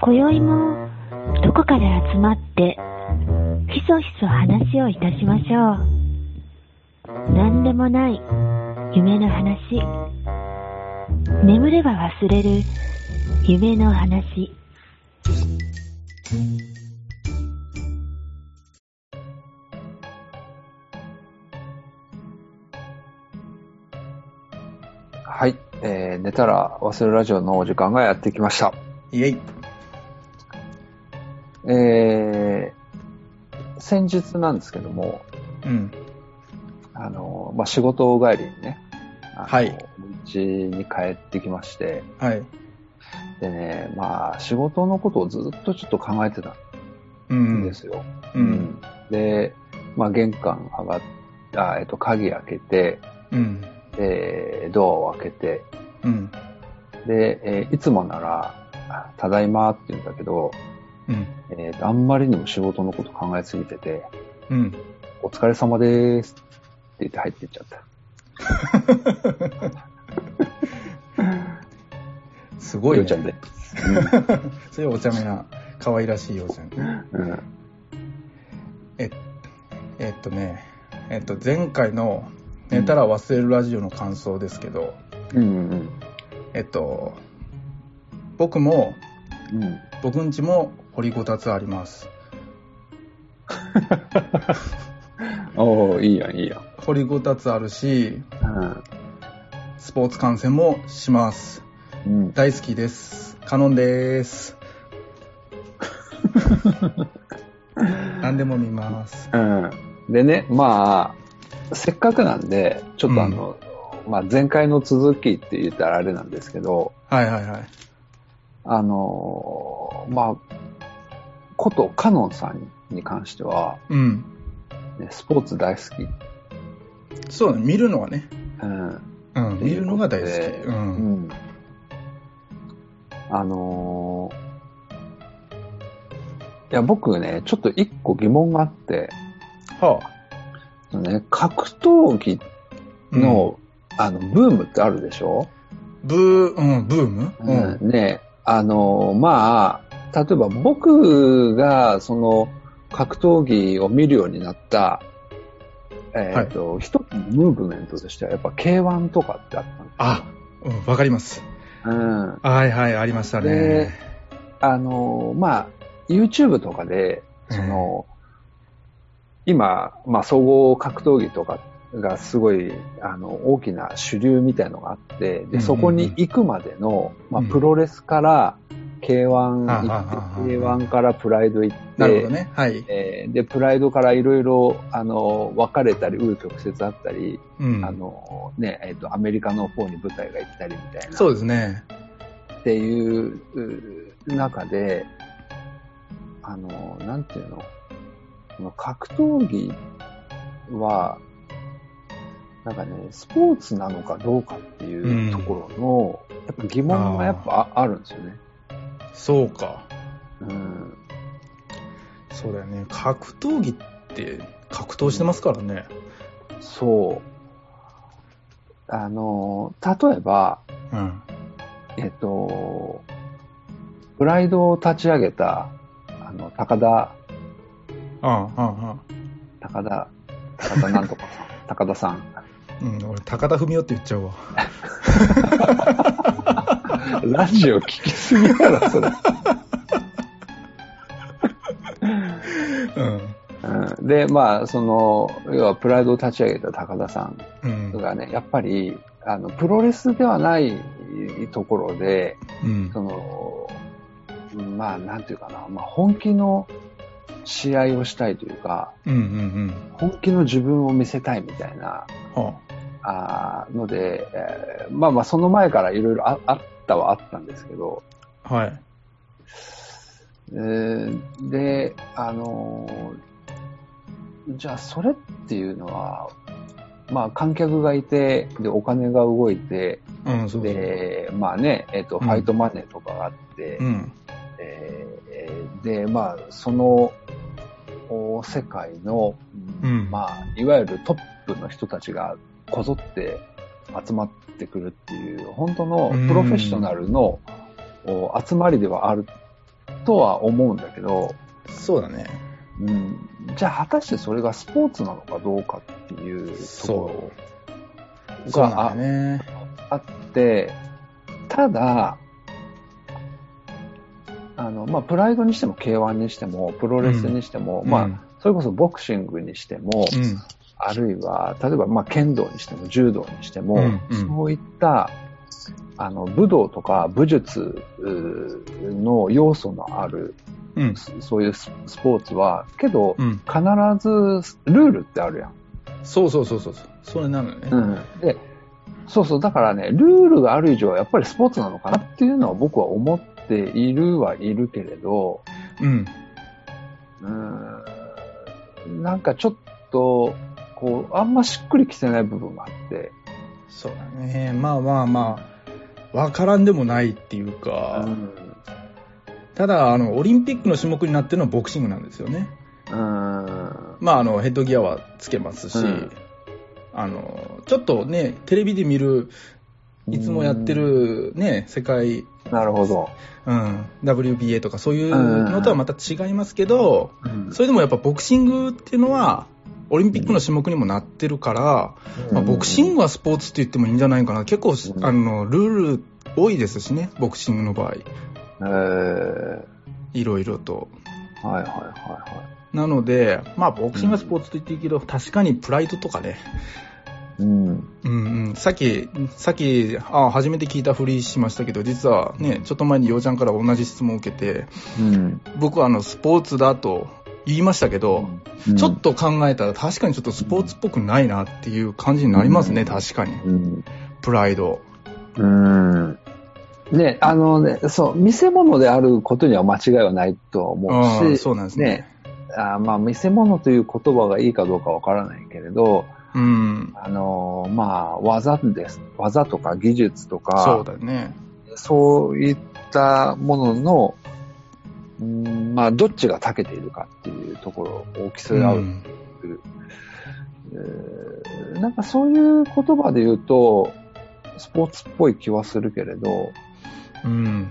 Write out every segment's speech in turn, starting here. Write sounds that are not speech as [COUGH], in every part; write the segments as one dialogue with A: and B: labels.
A: 今宵もどこかで集まってひそひそ話をいたしましょう何でもない夢の話眠れば忘れる夢の話
B: はい、えー寝たら忘れるラジオのお時間がやってきました。
C: イエイ。
B: えー先日なんですけども、
C: うん。
B: あの、まあ、仕事帰りにね、あの
C: はい。
B: うちに帰ってきまして、
C: はい。
B: でね、まあ、仕事のことをずっとちょっと考えてた
C: うんん
B: で。すよ。
C: うん。
B: で、まあ、玄関上がっあ、えっと、鍵開けて、
C: うん。
B: で、ドアを開けて、
C: うん。
B: で、えーいつもなら、あただいまって言うんだけど、
C: うん。
B: えーとあんまりにも仕事のこと考えすぎてて、
C: うん。
B: お疲れ様でーすって言って入っていっちゃった。
C: すごい、ね。
B: ようちゃんで。
C: それお茶目な、可愛らしいようちゃん。
B: うん。うん
C: え、えっとね、えっと、前回の寝たら忘れるラジオの感想ですけど、
B: うん
C: えっと、僕も、
B: うん。うん。
C: 僕んちも掘りごたつあります。
B: おー、いいやん、いいやん。
C: 掘りごたつあるし、
B: うん。
C: スポーツ観戦もします。
B: うん、
C: 大好きです。カノンです。 [LAUGHS] 何でも見ます。
B: うん。でね、まあ、せっかくなんで、ちょっとあの、まあ前回の続きって言ったらあれなんですけど、
C: はいはいはい。
B: あのーまあ、ことカノンさんに関しては、
C: うん。
B: ね、スポーツ大好き。
C: そうだね。見るのはね。
B: うん。
C: うん。見るのが大好き。う。
B: うんん。あのーいや、僕ね、ちょっと一個疑問があって、
C: はあ。
B: ね、格闘技
C: うん、
B: の、あの、ブームってあるでしょ、
C: ブー、うん、ブームうん。
B: ね、あの、まあ、例えば僕が、その、格闘技を見るようになった、えっ、と、一つのムーブメントとしては、やっぱ K1 とかってあったの。
C: あ、うん、わかります。
B: うん。
C: はいはい、ありました
B: で
C: ね。
B: あの、まあ、YouTube とかで、その、今、まあ、総合格闘技とかがすごい、あの、大きな主流みたいのがあって、で、そこに行くまでの、まあ、
C: うん
B: プロレスから、K1
C: はあは
B: 行
C: あはあ
B: って、K1 からプライド行って、
C: なるほどね。はい。
B: えーで、プライドからいろいろ、あの、分かれたり、う曲折あったり、
C: うん。
B: あの、ね、えっ、と、アメリカの方に舞台が行ったりみたいな。
C: そうですね。
B: っていうう中で、あの、なんていうの、この格闘技は、なんかね、スポーツなのかどうかっていうところの、やっぱ疑問がやっぱああるんですよね。
C: そうか。
B: うん、
C: そうだよね。格闘技って格闘してますからね。
B: そう。あの、例えば、
C: うん。
B: えっと、プライドを立ち上げた、あの、高田、
C: ああ、あ
B: 高田、高田なんとかさん、高田さん。
C: あ、うん、俺、高田文夫って言っちゃうわ。
B: ラジオ聞きすぎやろ、それ。
C: うん。
B: うん、で、まあ、その、要はプライドを立ち上げた高田さん
C: うん。
B: がね、やっぱり、あの、プロレスではないところで、
C: うん。
B: その、まあ、なんていうかな、まあ、本気の試合をしたいというか、
C: うん。うん。
B: 本気の自分を見せたいみたいな、
C: は
B: あーので、えーまあまあ、その前からいろいろああったはあったんですけど、
C: あ。はい。
B: えーで、あのーじゃあそれっていうのは、まあ観客がいて、で、お金が動いて、
C: うん、そうそう。
B: で、まあね、えっ、と、
C: うん
B: ファイトマネーとかがあって、
C: うん。
B: えーで、まあ、その、お世界の、
C: うん
B: まあ、いわゆるトップの人たちがこぞって集まってくるっていう、本当のプロフェッショナルの、お集まりではあるとは思うんだけど、
C: そうだね。
B: うん、じゃあ果たしてそれがスポーツなのかどうかっていうとこ
C: そう。
B: ろ
C: そ
B: が
C: うな
B: あ
C: んだよね。
B: あって、ただ、あの、まあ、プライドにしても K1 にしても、プロレスにしても、まあ、
C: うん
B: それこそボクシングにしても、
C: うん。
B: あるいは、例えば、まあ、剣道にしても、柔道にしても、
C: うんうん
B: そういった、あの、武道とか武術うーの要素のある、
C: うん。
B: そそういうススポーツは、けど、
C: うん。
B: 必ずルールってあるやん。
C: そうそうそうそうそう。それなのよね。
B: で、そうそう、だからね、ルールがある以上はやっぱりスポーツなのかなっていうのは僕は思っているはいるけれど、
C: うん。
B: うーん、なんかちょっと、こう、あんましっくりきてない部分があって、
C: そうだね。まあまあまあ、わからんでもないっていうか、
B: うん
C: ただ、あの、オリンピックの種目になってるのはボクシングなんですよね。
B: うーん
C: まあ、あの、ヘッドギアはつけますし、
B: うん
C: あの、ちょっとね、テレビで見る、いつもやってるね、世界、
B: なるほど。
C: うん、WBA とかそういうのとはまた違いますけど、
B: うん
C: それでもやっぱボクシングっていうのは、オリンピックの種目にもなってるから、まあ、ボクシン
B: グ
C: グはスポーツって言ってもいいんじゃないかな。結構
B: う、ん
C: あの、ルール多いですしね、ボクシングの場合。
B: えー、はい
C: ろいろと。
B: いはいはいは
C: なので、まあ、ボクシングはスポーツと言っていいけど、確かにプライドとかね。
B: い。うん。
C: うんうん。さっき、さっき、あ初めて聞いたふりしましたけど、実はね、ちょっと前にようちゃんから同じ質問を受けて、
B: うん。
C: 僕はあの、スポーツだと言いましたけど、
B: うん
C: ちょっ、と考えたら確かにちょっとスポーツっぽくないなっていう感じになりますね、
B: うん
C: 確かに。
B: うん。
C: プライド。
B: うん。ね、あのね、そう、見せ物であることには間違いはないとは思
C: う、
B: うんし、
C: そうなんですね。
B: ね、あーまあ、見せ物という言葉がいいかどうかわからないけれど、
C: うん。
B: あのー、まあ、技です。技とか技術と
C: そ
B: か、
C: うだね。
B: そういったものの、うんまあ、どっちが長けているかっていうところを競い合う
C: うん
B: えーなんかそういう言葉で言うと、スポーツっぽい気はするけれど、
C: うん。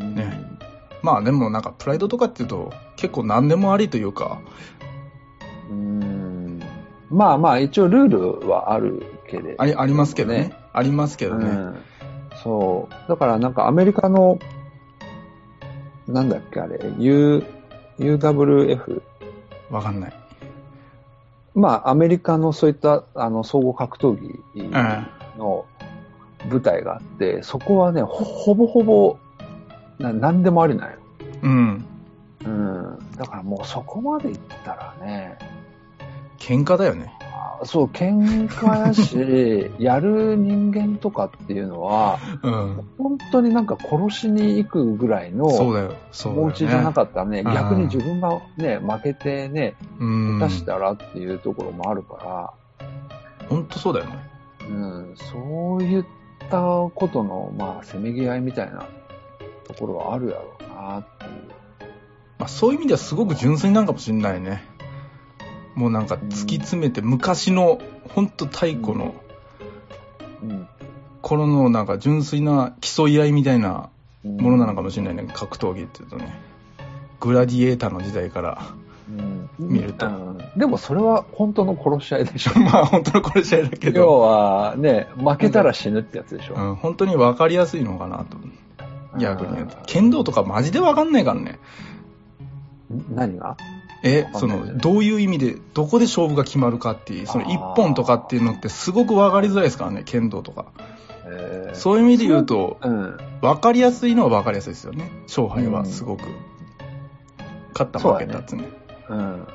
B: うん
C: ねまあでもなんかプライドとかっていうと結構何でもありというか、
B: うんまあまあ一応ルールはあるけれど、
C: ありありますけどね。ありますけ
B: う
C: どね。
B: ん。そう。だからなんかアメリカの、なんだっけあれ、U、UWF。
C: わかんない。
B: まあアメリカのそういったあの総合格闘技
C: うん。
B: の舞台があって、そこはね、ほほぼほぼな何でもありなんよ
C: うん。
B: うんだからもうそこまでいったらね、
C: 喧嘩だよね。
B: あそう、喧嘩や
C: [LAUGHS]
B: し、やる人間とかっていうのは、
C: うん。
B: 本当になんか殺しに行くぐらいの
C: そう
B: 気
C: だよ。そうだ
B: 持
C: よ、ね。
B: ちじゃな
C: っ
B: かったらね、
C: うん
B: 逆に自分がね、負けてね、
C: た。うん。
B: 出したらっていうところもあるか
C: ほんとそうだよね。
B: ら、うん、そういったことの、まあ、せめぎ合いみたいなところはあるやろうなっていう。
C: まあそういう意味ではすごく純粋なんかもしんないね。もうなんか突き詰めて昔の、ほんと太古の
B: うん
C: 頃のなんか純粋な競い合いみたいな
B: うん
C: ものなのかもしれないね、格闘技っていうとね。グラディエーターの時代から。 [LAUGHS]
B: うん
C: 見ると
B: うんでもそれは本当の殺し合いで
C: [LAUGHS]
B: しょ。
C: まあ本当のこれ試合だけど、
B: 要はね、負けたら死ぬってやつでしょ。
C: うん、本当に分かりやすいのかなと。逆に言うと
B: あー。
C: 剣道とかマジで分かんないからね。
B: ん何が
C: え、
B: わか
C: そ
B: んないね
C: の、どういう意味で、どこで勝負が決まるかっていう、その一本とかっていうのってすごく分かりづらいですからね、剣道とか。
B: えー
C: そういう意味で言うと、
B: うん。
C: 分かりやすいのは分かりやすいですよね。勝敗
B: う
C: は
B: ん
C: すごく。勝った負けたって
B: う
C: ね。
B: ん。うん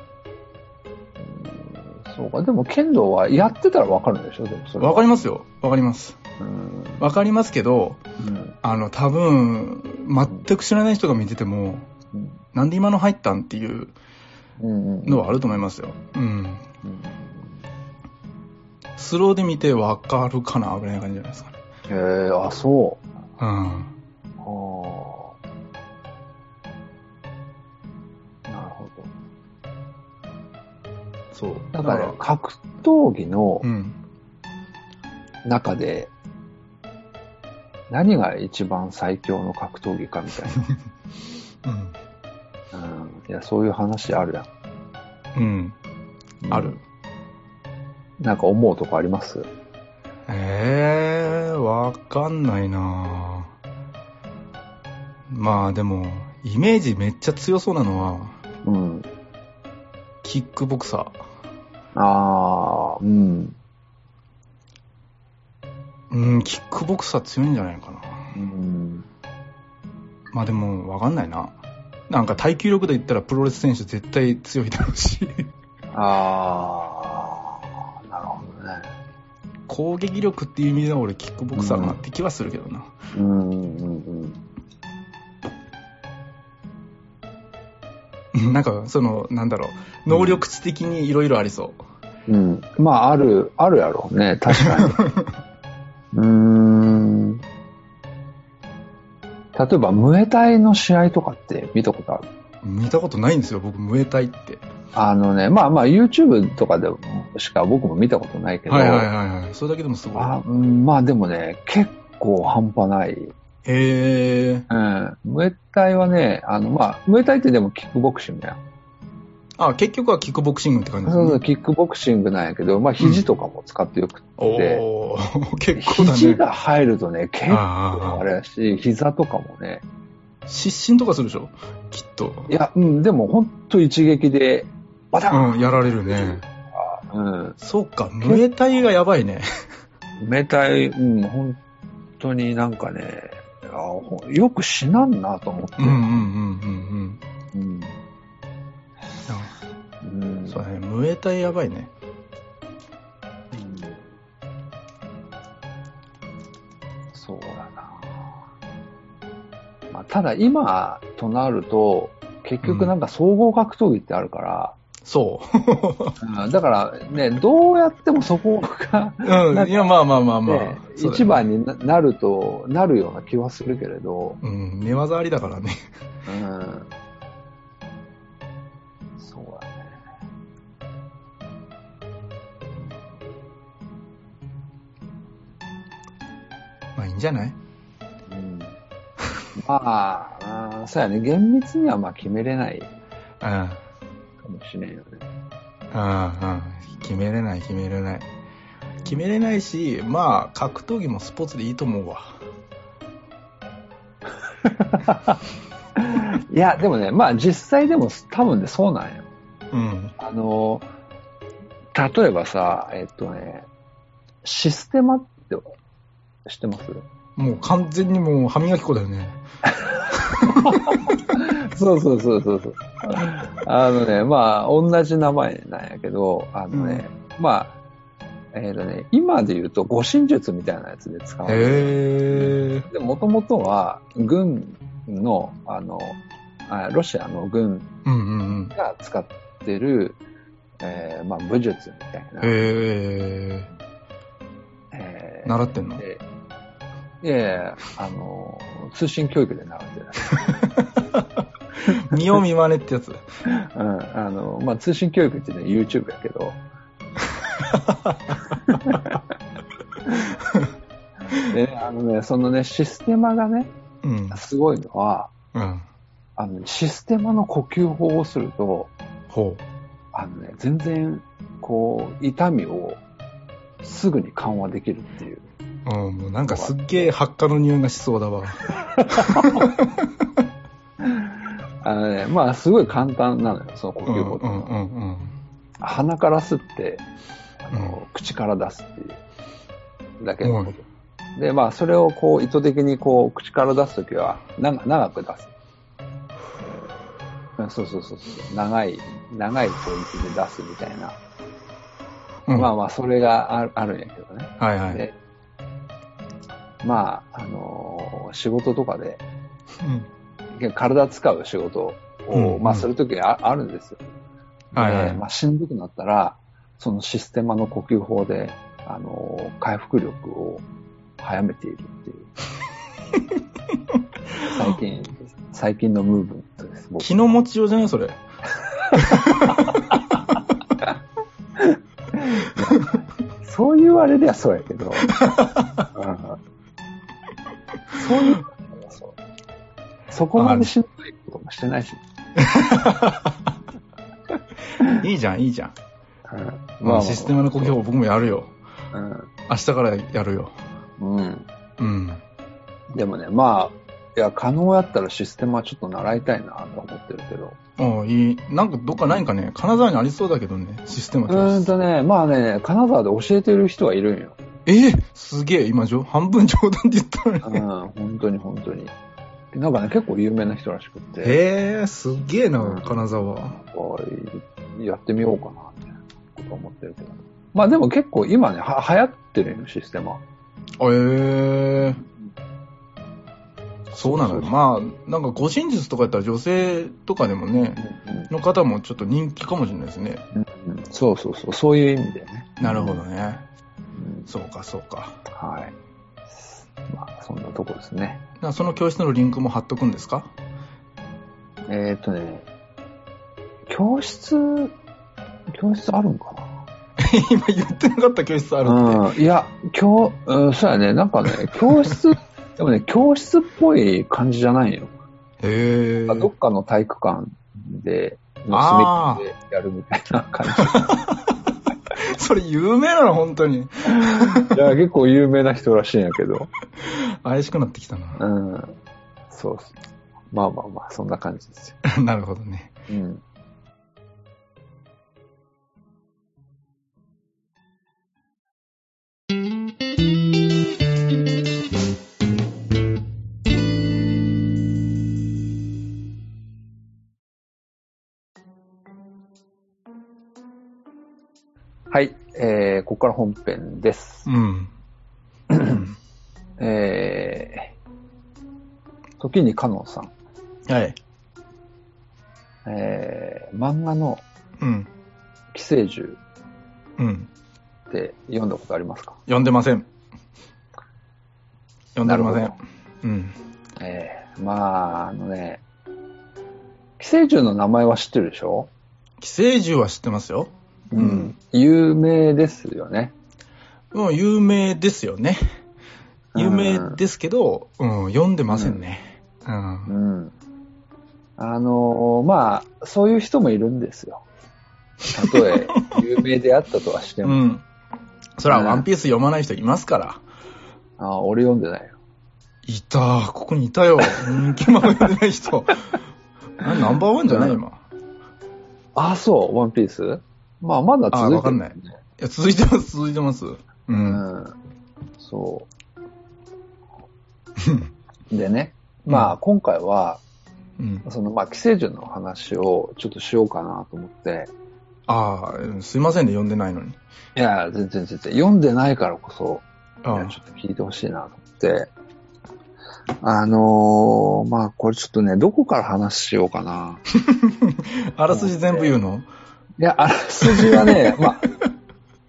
B: そうか。でも剣道はやってたらわかるんでしょでもそれは。
C: 分かりますよ。分かります。
B: うん。
C: 分かりますけど、
B: うん
C: あの、多分、全く知らない人が見てても、
B: うん
C: なんで今の入ったんっていう
B: うんうん。
C: のはあると思いますよ。うん。
B: うん
C: スローで見てわかるかなぐらいな感じじゃないですかね。
B: へえー、あ、そう。
C: うん。
B: あーなるほど。
C: そう。
B: だから、格闘技の
C: うん。
B: 中で、何が一番最強の格闘技かみたいな
C: うん。 [LAUGHS]
B: うん。いや、そういう話あるやん。
C: うん。ある。
B: なんか思うとこあります
C: ええー、わかんないなまあでも、イメージめっちゃ強そうなのは、
B: うん。
C: キックボクサ
B: ああ、うん。
C: ー。うん、キックボクサー強いんじゃないかな。
B: うん。
C: まあでも、わかんないな。なんか耐久力で言ったらプロレス選手絶対強いだろうし、 [LAUGHS]
B: ああ、なるほどね。
C: 攻撃力っていう意味では俺キックボクサーかなって気はするけどな。
B: うんうんうん。
C: なんか、その、なんだろう、能力値的にいろいろありそう。
B: うん。まあ、ある、あるやろうね、確か
C: [LAUGHS]
B: に。うーん。例えば、ムエタイの試合とかって見たことある
C: 見たことないんですよ、僕、ムエタイって。
B: あのね、まあまあ、YouTube とかでもしか僕も見たことないけど、
C: はいはいはいはい。それだけでもすごい。
B: あうんまあでもね、結構半端ない。
C: へえ。
B: うん。ムエタイはね、あの、まあ、ムエタイってでもキックボクシングや。
C: あ、結局はキックボクシングって感じです
B: そう
C: ね。
B: そう、キックボクシングなんやけど、まあ、肘とかも使ってよくて、
C: おー、 [LAUGHS] 結構だ
B: 肘
C: ね。
B: が入るとね、結構あ
C: ああ
B: れだし、膝とかもね、
C: 失神とかするでしょきっと。
B: いや、うん、でも本当一撃で、バタン、
C: [LAUGHS] うん、やられるね。
B: うん、
C: そうか、ムエタイがやばいね。
B: メタイ、うん、本当になんかね、あほよく死なんなと思って
C: うんうんうんうんうん。
B: うん。うん
C: そうだね、ムエタイやばいね。
B: うんそうだな。まあ、ただ今となると、結局なんか総合格闘技ってあるから、
C: そう。
B: うんだからね、どうやってもそこが、
C: うん、いや、まあまあまあま
B: ね。
C: あそうだね
B: 一番にななると、なるような気はするけれど、
C: うん、寝技ありだからね。
B: うん。そうだね。
C: [LAUGHS] まあいいんじゃない
B: うん。まあ、あーそうやね。厳密にはまあ決めれない
C: うん。うん、
B: かもしれんよね。
C: うん。決めれない、決めれない。決めれないし、まあ、格闘技もスポーツでいいと思うわ。
B: いや、でもね、まあ実際でも多分ね、そうなんよ。
C: うん。
B: あの、例えばさ、えっとね、システマって知ってます
C: もう完全にもう歯磨き粉だよね。
B: そうそうそうそうそう。あのね、まあ、同じ名前なんやけど、あのね、まあ、えっ、とね、今で言うと護身術みたいなやつで使われる。
C: へえ。
B: で、もともとは、軍の、あの、あロシアの軍
C: うんうんうん。
B: が使ってる、えーまあ、武術みたいな。
C: へ
B: え
C: え。
B: ー
C: 習って [LAUGHS] んの
B: でいやいや、あの、通信教育で習ってる。
C: 見よう見まねってやつ。
B: うん、あの、まあ、通信教育っていうのは YouTube やけ
C: [LAUGHS]
B: ど。でね、あのね、そのね、システマがね、
C: うん。
B: すごいのは、
C: うん。
B: あの、システマの呼吸法をすると、
C: ほ
B: あのね、全然、こう、痛みをすぐに緩和できるっていう。
C: う。うん、もうなんかすっげえ発火の匂いがしそうだわ。
B: あのね、まあ、すごい簡単なのよ、その呼
C: うんう
B: 吸
C: ん
B: 法って
C: う
B: いうのは
C: んうん。
B: 鼻から吸って、あの、
C: う
B: 口から出すっていうだけのこと。で、まあ、それをこう、意図的にこう、口から出すときは、長長く出す。うんそうそうそうそう。長い、長い吐息で出すみたいな。
C: うん。
B: まあまあ、それがあるあるんやけどね。
C: はいはい。
B: で、まあ、あのー仕事とかで、
C: うん。
B: 体使う仕事を、
C: うん
B: まあ、
C: うん
B: するときああるんですよ。
C: はいはい
B: でまあ、しんどくなったら、そのシステマの呼吸法で、あのー回復力を早めているっていう。最近、最近のムーブメントです、僕。
C: 気の持ちようじゃないそれ。
B: そういうあれではそうやけど。うんそういうあれではそう。そこまでしんどいこともしてないし。
C: いいじゃん、いいじゃん。
B: うん
C: まあ、システムの呼吸法僕もやるよ。明日からやるよ。
B: うん。うん。
C: うん。
B: でもね、まあ、いや、可能やったらシステムはちょっと習いたいなと思ってるけど。
C: ああ、いい。なんかどっかないんかね、金沢にありそうだけどね、システム
B: うーんとね、まあね、金沢で教えてる人はいるんよ。
C: ええすげえ、今じょ、半分冗談で言った [LAUGHS] のに。
B: うん、本当に本当に。でなんかね、結構有名な人らしくって、
C: ええすげえ
B: うん
C: な、金沢。
B: こうやってみようかなってこと思ってるけど。まあでも結構今ね、は流行ってるよ、システムは。
C: ええそうなの
B: そう
C: よ。
B: そう
C: まあ、なんか護身術とかやったら女性とかでもね、の方もちょっと人気かもしれないですね。
B: うんうんそうそうそう、そういう意味でね。
C: なるほどね。
B: うん
C: そうか、そうか。
B: はい。まあ、そんなとこですね。
C: なその教室のリンクも貼っとくんですか [LAUGHS]
B: えっ、ー、とね、教室、教室あるんかな
C: 今言ってなかった教室あるって。
B: うん、いや、教、うん、そうやね、なん [LAUGHS] かね、教室、でもね、教室っぽい感じじゃないよ。
C: へえ。
B: どっかの体育館で、の
C: あー
B: 隅っこでやるみたいな感
C: それ有名なの、本当に。
B: [LAUGHS] じ。いや、結構有名な人らしいんやけど。
C: 怪しくなってきたな
B: う。ん。そうそう。まあまあまあ、そんな感じですよ。
C: [LAUGHS] なるほどね。
B: うん。はい、えー、ここから本編です。
C: うん。
B: えー、時にカノンさん、
C: はい。
B: えー、漫画の
C: うん。
B: 寄生獣
C: うん。
B: って読んだことありますか
C: 読んでません。読んでありませ
B: なる
C: ん。うん。
B: ええまあ、あのね、寄生獣の名前は知ってるでしょ
C: 寄生獣は知ってますよ。うん
B: 有名ですよね。
C: もう有名ですよね。有名
B: うん
C: ですけど、うん、読んでませんね。うん。
B: うん。あの、まあ、そういう人もいるんですよ。たと
C: [LAUGHS]
B: え、有名であったとはして
C: う
B: も、
C: ん。そら、ワンピース読まない人いますから。
B: あ俺読んでないよ。
C: いたー、ここにいたよ。人気漫画読んでな
B: [LAUGHS]
C: い人。あナンバーワンじゃない今。
B: あ、そう、ワンピースまあ、まだ続いてる、
C: あわかんない。いや、続いてます、続いてます。う。
B: うんん。
C: [LAUGHS]
B: そう。でね、まあ、今回は、
C: うん。
B: その、まあ、寄生獣の話をちょっとしようかなと思って、
C: ああ、うんすいませんね、読んでないのに。
B: いや、全然全然。読んでないからこそ、い
C: あ
B: やちょっと聞いてほしいなと思って。あのー、まあこれちょっとね、どこから話しようかな。
C: ああらすじ全部言うの
B: いや、あらすじは
C: [LAUGHS]
B: ね、まあ、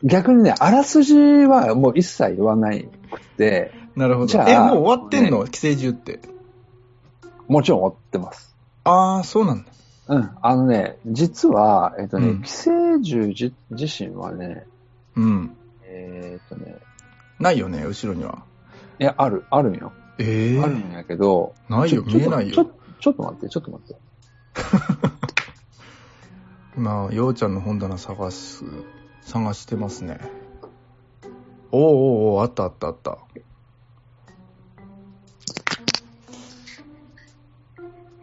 B: 逆にね、あらすじはもう一切言わないくて、
C: なるほ
B: じ
C: ど
B: ゃ。あ
C: え、もう終わってんの寄生獣って。
B: もちろん追ってます。
C: ああ、そうなんだ。
B: うん。あのね、実は、えっ、と
C: う
B: ね
C: ん、
B: 寄生獣自自身はね、
C: うん。
B: えっ、とね、
C: ないよね、後ろには。
B: いや、ある、あるんよ。
C: ええ
B: あるんやけど、
C: ないよ、
B: ちょ
C: 見えない
B: ちょっ
C: よ。
B: とちょっと待って、ちょっと待って。
C: 今、ようちゃんの本棚探す、探してますね。おおおうおうあったあったあった。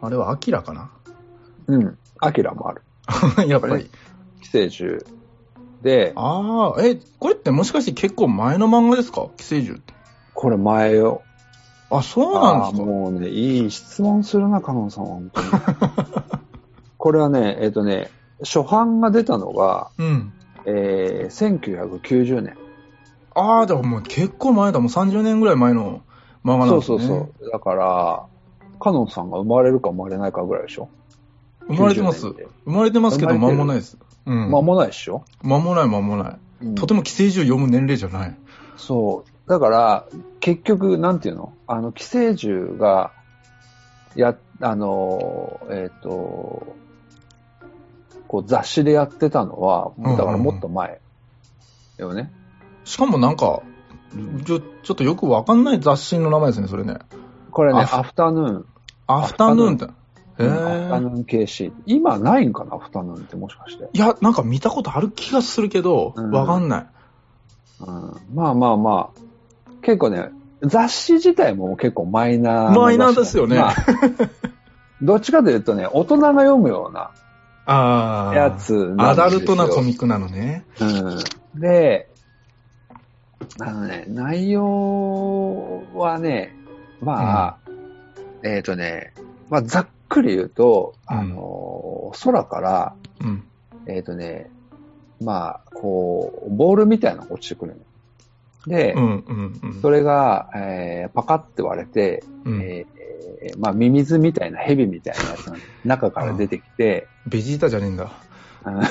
C: あれはアキラ
B: [LAUGHS]
C: かな
B: うん。アキラもある。
C: やっぱり。
B: 寄生獣で、
C: ああ、え、これってもしかして結構前の漫画ですか寄生獣って。
B: これ前よ。
C: あ、そう
B: あ
C: な
B: あ
C: んですか
B: もうね、いい質問するな、カノンさんは、
C: [LAUGHS]
B: 本当に。これはね、えっ、とね、初版が出たのが、
C: うん。
B: えー、1990年。
C: ああ、でももう結構前だ。もう30年ぐらい前の漫画なん
B: そう
C: です
B: そ
C: ね。
B: うそう。だから、カノンさんが生まれるか生まれないかぐらいでしょ
C: 生まれてます。
B: 90
C: 生
B: 年って
C: まれてますけど、
B: 生まれて
C: 間
B: る
C: もないです。うん。
B: 間もないでしょ、
C: 間もない、間もない。
B: うん
C: とても寄生獣を読む年齢じゃない。
B: そう。だから、結局、なんていうのあの、寄生獣が、や、あの、えっ、と、こう雑誌でやってたのは、だからもっと前。だよね。
C: しかもなんか、ちょ、ちょっとよくわかんない雑誌の名前ですね、それね。
B: これね、
C: あ
B: アフタヌーン。
C: アフタヌーンって。へ
B: ア
C: え
B: フタヌーン形式。今ないんかな、アフタヌーンってもしかして。
C: いや、なんか見たことある気がするけど、
B: うん
C: わかんない。
B: うん、まあまあまあ、結構ね、雑誌自体も結構マイナーな雑誌。
C: マイナーですよね
B: まあどっちかというとね、大人が読むような
C: ああ。
B: やつな
C: ア
B: んですよ
C: ダルトなコミックなのね。
B: うんで、あのね、内容はね、まあ、えっ、とね、まあ、ざっくり言うと、
C: うん
B: あのー空から、
C: うん。
B: えっ、とね、まあ、こう、ボールみたいなのが落ちてくるの。で、
C: うんうんうん。
B: それが、えーパカって割れて、
C: うん、
B: えーまあ、ミミズみたいな、ヘビみたいなやつが中から出てきて、
C: ベジータじゃねえんだ。
B: あ
C: [LAUGHS]
B: の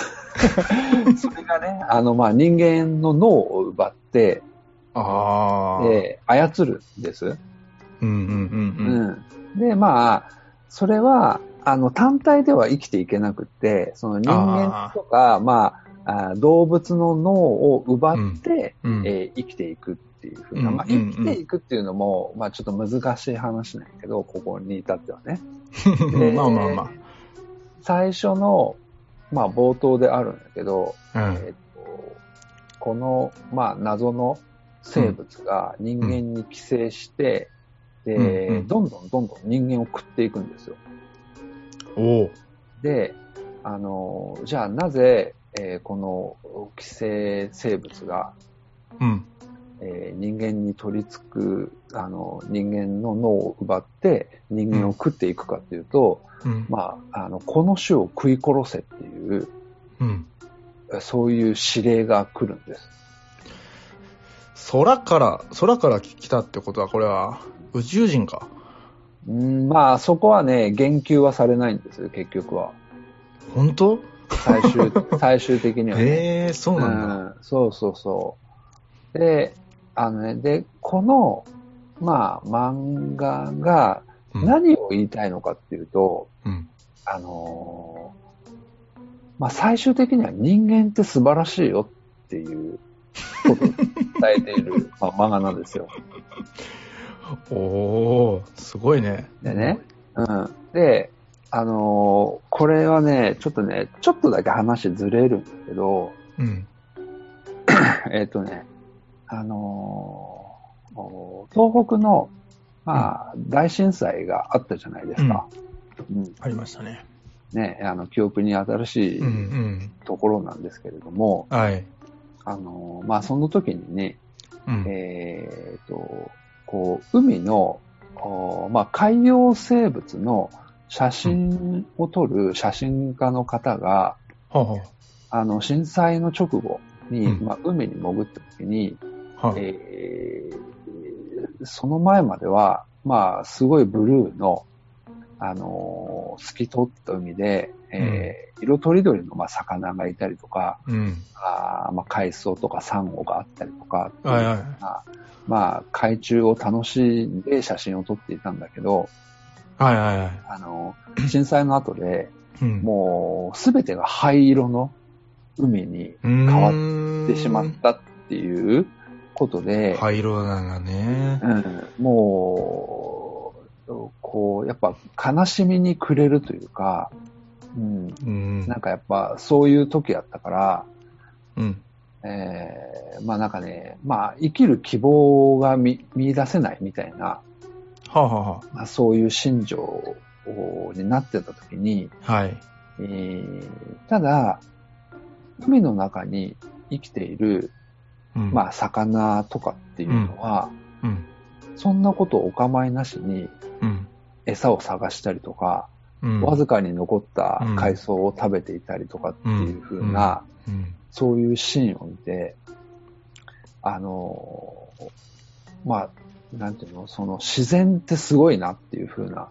B: それがね、 [LAUGHS] あの、まあ、人間の脳を奪って、
C: ああ。
B: で、操るんです。
C: うんう
B: う
C: んうんうん。
B: ん。で、まあ、それは、あの、単体では生きていけなくって、その人間とか、まあ、あー動物の脳を奪って、
C: うん
B: えー生きていくっていうふうな、まあ、
C: うんうんう
B: 生き
C: ん
B: ていくっていうのも、まあ、ちょっと難しい話なんやけど、ここに至ってはね。で
C: [LAUGHS] まあまあま
B: 最初の、まあ、冒頭であるんだけど、
C: あ。うん
B: えっとこの、まあ、謎の生物が人間に寄生して、で、
C: うんうん
B: どんどんどんどん人間を食っていくんですよ。
C: おう
B: で、あの、じゃあなぜ、えーこの寄生生物が、
C: うん。
B: えー人間に取り付く、あの、人間の脳を奪って人間を食っていくかっていうと、
C: うん。
B: まあ、あの、この種を食い殺せっていう、
C: うん。
B: そういう指令が来るんです。
C: 空から、空から来たってことは、これは宇宙人か。
B: うん、まあ、そこはね、言及はされないんですよ、結局は。
C: 本当
B: 最終、
C: [LAUGHS]
B: 最終的には、ね。
C: ええー、そうなんだ。
B: うんそうそうそう。で、あのね、で、この、まあ、漫画が
C: うん
B: 何を言いたいのかっていうと、
C: うん。
B: あのーまあ、最終的には人間って素晴らしいよっていうことを伝えてい
C: [LAUGHS]
B: る、まあ、漫画なんですよ。
C: おおすごいね。
B: でね。うん。で、あのーこれはね、ちょっとね、ちょっとだけ話ずれるんだけど、 [LAUGHS]
C: うん。
B: えっ、とね、あのーお東北の、まあ、大震災があったじゃないですか。うん。
C: ありましたね。
B: ね、あの、記憶に新しい
C: うんうん。
B: ところなんですけれども、
C: はい。
B: あのーまあ、その時にね、
C: うん。
B: えっ、と、こう、海の、おまあ、海洋生物の写真を撮る写真家の方が、
C: はあ、は
B: あの、震災の直後に、
C: うん
B: まあ、海に潜った時に、
C: あ、はい。
B: えーその前までは、まあ、すごいブルーの、あのー透き通った海で、えー色とりどりの、まあ、魚がいたりとか、
C: うん。
B: あーまあ、海藻とかサンゴがあったりとか、
C: はいはい。
B: まあ、まあ、海中を楽しんで写真を撮っていたんだけど、
C: はいはいはい。
B: あの、震災の後で、
C: うん。
B: もう、すべてが灰色の海に
C: 変
B: 変わ行ってしまったっていうことで、
C: 灰色ながね。
B: うん、もう、こう、やっぱ悲しみに暮れるというか、うん、
C: うん。
B: なんかやっぱそういう時やったから、
C: うん。
B: えーまあなんかね、まあ生きる希望が見見出せないみたいな、
C: はあ、は
B: まあ、そういう心情をになってた時に、
C: あ、はい。
B: えーただ、海の中に生きている、
C: うん。
B: まあ、魚とかっていうのは、
C: うん。
B: そんなことお構いなしに
C: うん。
B: 餌を探したりとか、
C: うん。
B: わずかに残った海藻を食べていたりとかっていう風な、
C: うん。
B: そういうシーンを見て、あのーまあ、なんていうの、その自然ってすごいなっていう風な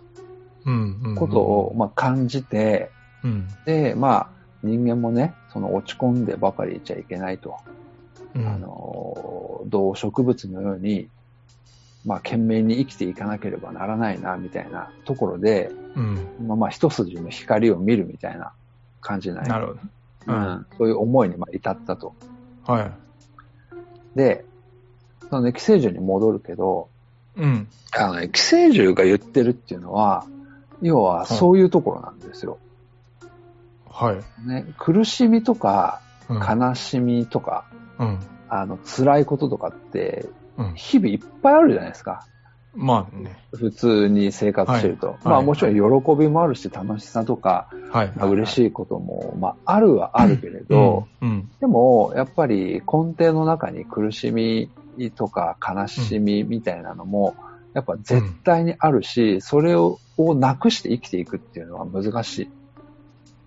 C: うん。うん。
B: ことを、まあ、感じて、
C: うん。
B: で、まあ、人間もね、その落ち込んでばかりいちゃいけないと、
C: うん。
B: あの、動植物のように、まあ、懸命に生きていかなければならないな、みたいなところで、
C: うん。
B: まあ、まあ一筋の光を見るみたいな感じない。
C: なるほど。
B: う。ん。そういう思いにまあ至ったと。
C: はい。
B: で、そのね、寄生獣に戻るけど、
C: うん。
B: あのね、寄生獣が言ってるっていうのは、要は、そういうところなんですよ。
C: はい。
B: ね、苦しみとか、
C: うん
B: 悲しみとか、
C: うん。
B: あの、辛いこととかって、
C: うん。
B: 日々いっぱいあるじゃないですか。
C: まあね。
B: 普通に生活してると。
C: はい
B: まあ
C: はい
B: もちろん喜びもあるし、楽しさとか、
C: はい。
B: まあ嬉
C: い
B: しいことも、まああるはあるけれど、。
C: うん。
B: でも、やっぱり根底の中に苦しみとか悲しみみたいなのも、やっぱ絶対にあるし、それををなくして生きていくっていうのは難し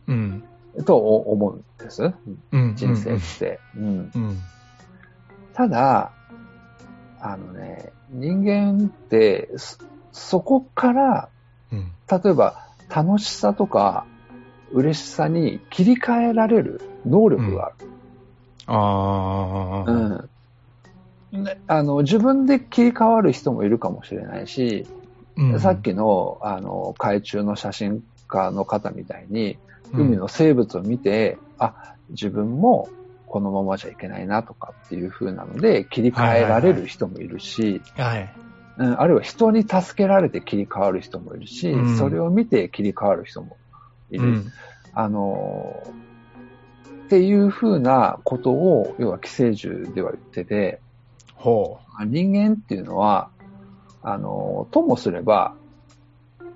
C: うん。
B: いと思うんです。
C: うん。
B: 人生って。うん
C: うん。
B: ただ、あのね、人間って、そそこから、
C: うん。
B: 例えば楽しさとか嬉しさに切り替えられる能力がある。
C: ああ。
B: うん。ねあの自分で切り替わる人もいるかもしれないし、
C: うん
B: さっ、きのあの海中の写真家の方みたいに、
C: うん
B: 海の生物を見て、あ、自分もこのままじゃいけないなとかっていう風なので切り替えられる人もいるし、
C: はい。
B: うん、あるいは人に助けられて切り替わる人もいるし、
C: うん
B: それを見て切り替わる人もいる。
C: うん。
B: あのーっていうふうなことを、要は寄生獣では言ってて、
C: ほ
B: 人間っていうのは、あのーともすれば、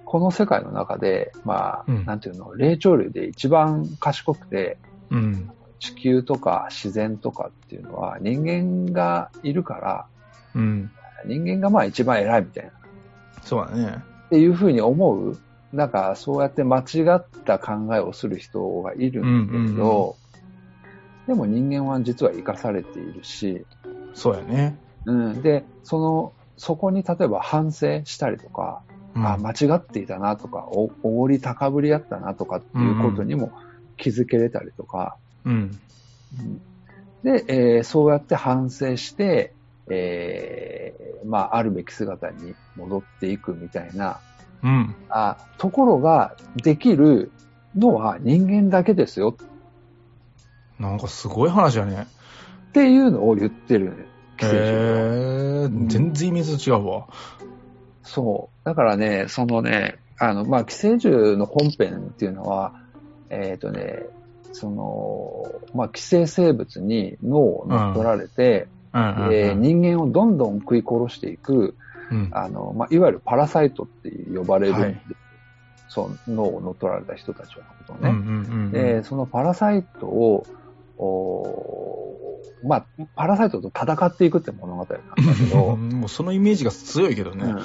B: この世界の中で、まあ、
C: うん
B: なんていうの、霊長類で一番賢くて、
C: う。うん。
B: 地球とか自然とかっていうのは人間がいるから、
C: うん。
B: 人間がまあ一番偉いみたいな。
C: そうだね。
B: っていうふうに思う、なんかそうやって間違った考えをする人がいるんだけど、でも人間は実は生かされているし、
C: そうやね。
B: うん、で、その、そこに例えば反省したりとか、
C: うん
B: あ間違っていたなとか、おおごり高ぶりだったなとかっていうことにも気づけれたりとか、
C: うん。
B: で、えーそうやって反省して、えーまあ、あるべき姿に戻っていくみたいな、
C: うん。
B: あところができるのは人間だけですよ
C: なんかすごい話やね。
B: っていうのを言ってる
C: へ
B: 寄生獣は
C: え
B: ん。
C: 全然イメージと違うわ。
B: そう。だからね、そのね、あの、まあ、寄生獣の本編っていうのは、えっ、とね、その、まあ、寄生生物に脳を乗っ取られて、
C: うんうんうん
B: えー人間をどんどん食い殺していく、
C: うん。
B: あの、まあ、いわゆるパラサイトって呼ばれる、
C: はい
B: そう、脳を乗っ取られた人たちのことをね。
C: うんうんうん
B: で、そのパラサイトを、おーまあ、パラサイトと戦っていくって物語なんだけ
C: う
B: ど、
C: んもうそのイメージが強いけどね。
B: うん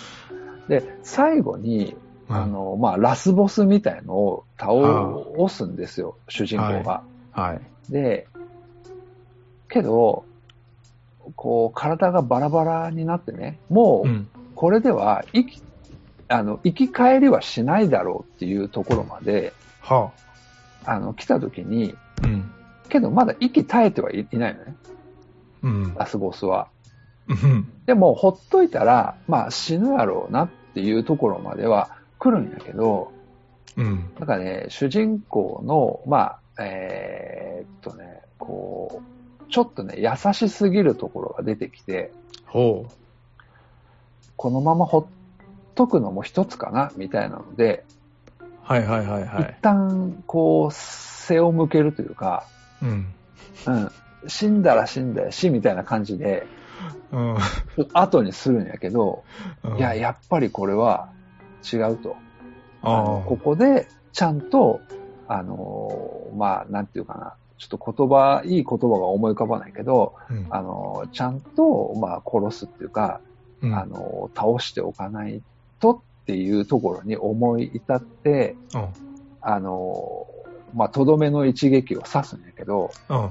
B: で、最後に、
C: うん
B: あの、まあ、ラスボスみたいのを倒
C: は
B: すんですよ、主人公が。
C: はい。
B: で、けど、こう、体がバラバラになってね、も
C: う
B: う、
C: ん。
B: これでは、生き、あの、生き返りはしないだろうっていうところまで、
C: は
B: あの、来た時に、
C: あ。うん。
B: けどまだ息絶えてはいいないのね、
C: うん。
B: ラスボスは。
C: うん。
B: でも、ほっといたら、まあ死ぬやろうなっていうところまでは来るんやけど、
C: うん。
B: なんかね、主人公の、まあ、えーっとね、こう、ちょっとね、優しすぎるところが出てきて、
C: ほう。
B: このままほっとくのも一つかな、みたいなので、
C: はいはいはいは
B: 一
C: い。
B: 旦、こう、背を向けるというか、
C: うん。
B: うん、死んだら死んだよし、みたいな感じで、
C: うん。
B: 後にするんやけど、
C: うん
B: いや、、やっぱりこれは違うと。あ
C: あ
B: の
C: あ。
B: ここで、ちゃんと、あのーまあ、なんていうかな。ちょっと言葉、いい言葉が思い浮かばないけど、
C: うん
B: あのーちゃんと、まあ、殺すっていうか、
C: うん
B: あのー倒しておかないとっていうところに思い至って、
C: うん。
B: あのーまあ、とどめの一撃を刺すんやけど、
C: うん。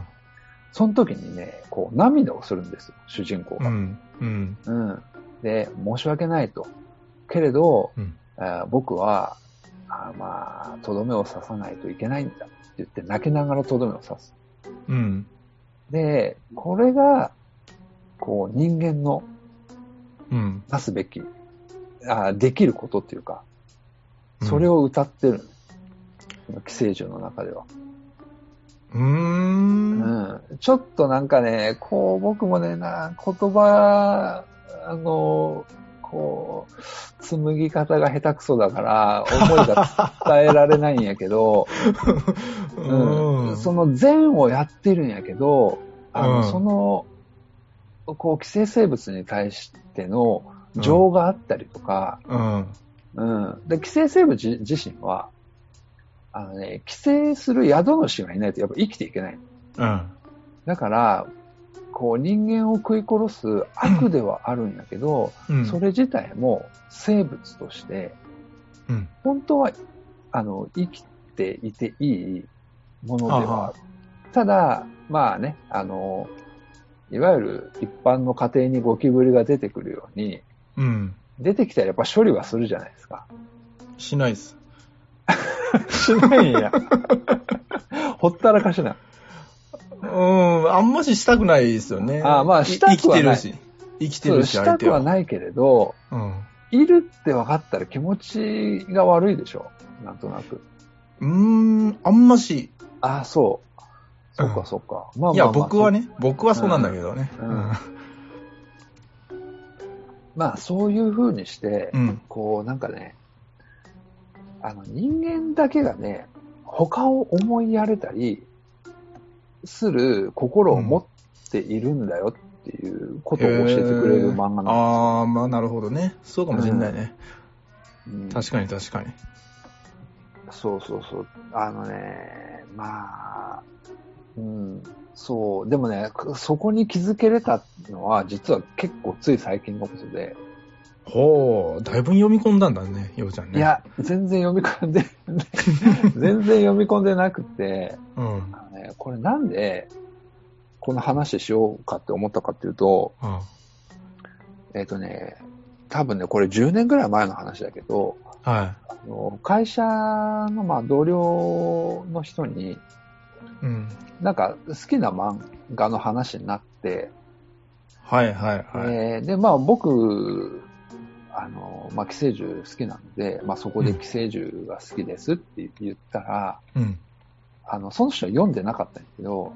B: その時にね、こう、涙をするんですよ、主人公
C: う
B: が。
C: ん。うん。
B: うん。で、申し訳ないと。けれど、
C: うん
B: えー僕は、あーまあ、とどめを刺さないといけないんだって言って泣きながらとどめを刺す。
C: うん。
B: で、これが、こう、人間の
C: うん。
B: なすべき、あーできることっていうか、
C: うん
B: それ。を歌ってるの。この寄生獣の中では、
C: うーん。
B: うん。ちょっとなんかね、こう、僕もね、な言葉、あの、ここう、紡ぎ方が下手くそだから、思いが伝えられないんやけど、
C: うん
B: うんその前をやってるんやけど、あの
C: うん
B: その、こう、寄生生物に対しての情があったりとか、
C: うん
B: うん。で、寄生生物自自身は、あのね、寄生する宿主がいないとやっぱ生きていけない。
C: うん
B: だから、こう人間を食い殺す悪ではあるんだけど、
C: うん
B: それ自体も生物として、
C: うん
B: 本当は、あの、生きていていいものではある。ただ、まあね、あの、いわゆる一般の家庭にゴキブリが出てくるように、
C: うん
B: 出てきたらやっぱ処理はするじゃないですか。
C: しないっす
B: しない [LAUGHS] んや。ほったらかしな。
C: うんあんまししたくないですよね
B: あーまあ
C: い
B: したくはない
C: 生きてるし生きて
B: そう
C: るし
B: した
C: 相
B: く
C: 手
B: は
C: は
B: ないけれど、
C: うん
B: いるって分かったら気持ちが悪いでしょ。なんとなく。
C: うーんあんまし
B: ああ、そう。そっ
C: う
B: か
C: ん
B: そっか。まあまあまあ
C: いや僕は。ね僕はそうなんだけどね
B: うんまあそういう風にして、
C: うん
B: こうなんかね、あの人間だけがね、他を思いやれたりする心を持っているんだよっていうことを教えてくれる漫画な
C: えー
B: んで
C: ああまあなるほどねそうかもしれないね、
B: すよ。うん
C: 確かに確かに
B: そうそうそう。あのね、まあ、うん、そう。でもね、くそこに気づけれたのは、実は結構つい最近のことで、
C: ほうだいぶ読み込んだんだねようちゃんね
B: いや、全然読み込んで、 [LAUGHS] 全然読み込んでなくて、
C: うんうん
B: あのねこれなんで、この話しようかって思ったかっていうと、
C: は
B: えっ、とね、多分ね、これ10年ぐらい前の話だけど、あの会社のまあ同僚の人に、
C: い、うん、
B: なんか好きな漫画の話になって、
C: はいはいはい、
B: えーで、まあ僕、あの、まあ寄生獣好きなんで、まあそこで寄生獣が好きですって言ったら、
C: うん
B: あの、その人は読んでなかったんだけど、